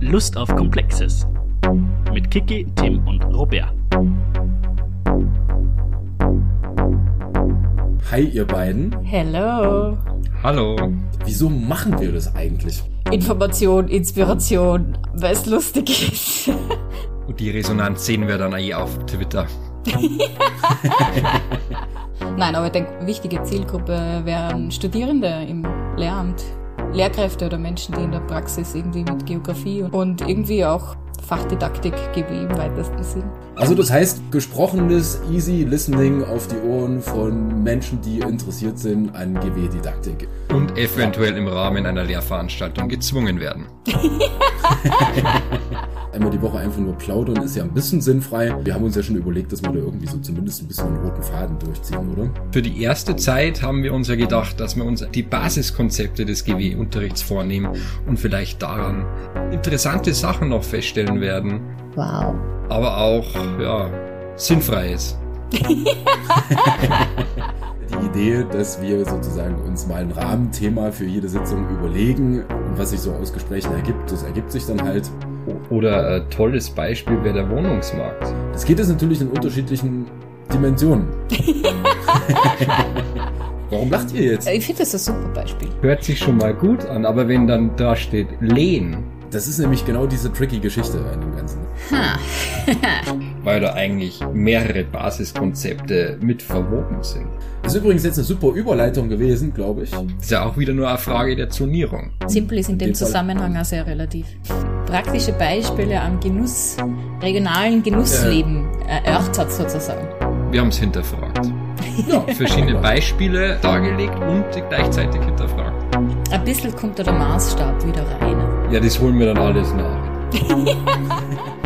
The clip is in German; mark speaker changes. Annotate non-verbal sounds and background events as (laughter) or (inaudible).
Speaker 1: Lust auf Komplexes mit Kiki, Tim und Robert.
Speaker 2: Hi ihr beiden.
Speaker 3: Hello.
Speaker 4: Hallo.
Speaker 2: Wieso machen wir das eigentlich?
Speaker 3: Information, Inspiration, weil es lustig ist.
Speaker 4: Und die Resonanz sehen wir dann eh auf Twitter.
Speaker 3: (laughs) Nein, aber ich denke, wichtige Zielgruppe wären Studierende im Lehramt. Lehrkräfte oder Menschen, die in der Praxis irgendwie mit Geografie und irgendwie auch Fachdidaktik gebe ich im weitesten Sinn.
Speaker 2: Also das heißt, gesprochenes Easy Listening auf die Ohren von Menschen, die interessiert sind an GW-Didaktik.
Speaker 4: Und eventuell im Rahmen einer Lehrveranstaltung gezwungen werden.
Speaker 2: Einmal die Woche einfach nur plaudern ist ja ein bisschen sinnfrei. Wir haben uns ja schon überlegt, dass wir da irgendwie so zumindest ein bisschen einen roten Faden durchziehen, oder?
Speaker 4: Für die erste Zeit haben wir uns ja gedacht, dass wir uns die Basiskonzepte des GW-Unterrichts vornehmen und vielleicht daran interessante Sachen noch feststellen werden.
Speaker 3: Wow.
Speaker 4: aber auch ja, sinnfrei ist.
Speaker 2: Die Idee, dass wir sozusagen uns mal ein Rahmenthema für jede Sitzung überlegen und was sich so aus Gesprächen ergibt, das ergibt sich dann halt.
Speaker 4: Oder ein tolles Beispiel wäre der Wohnungsmarkt.
Speaker 2: Das geht es natürlich in unterschiedlichen Dimensionen. Warum lacht ihr jetzt?
Speaker 3: Ich finde das ein super Beispiel.
Speaker 4: Hört sich schon mal gut an, aber wenn dann da steht Lehen,
Speaker 2: Das ist nämlich genau diese tricky Geschichte an dem Ganzen.
Speaker 4: weil da eigentlich mehrere Basiskonzepte mit verwoben sind.
Speaker 2: Ist übrigens jetzt eine super Überleitung gewesen, glaube ich.
Speaker 4: Ist ja auch wieder nur eine Frage der Zonierung.
Speaker 3: Simpel ist in dem
Speaker 2: dem Fall-
Speaker 3: Zusammenhang auch sehr relativ. Praktische Beispiele am Genuss, regionalen Genussleben erörtert sozusagen.
Speaker 4: Wir haben es hinterfragt.
Speaker 2: Ja,
Speaker 4: Verschiedene Beispiele dargelegt und gleichzeitig hinterfragt.
Speaker 3: Ein bisschen kommt da der Maßstab wieder rein.
Speaker 4: Ja, das holen wir dann alles nach.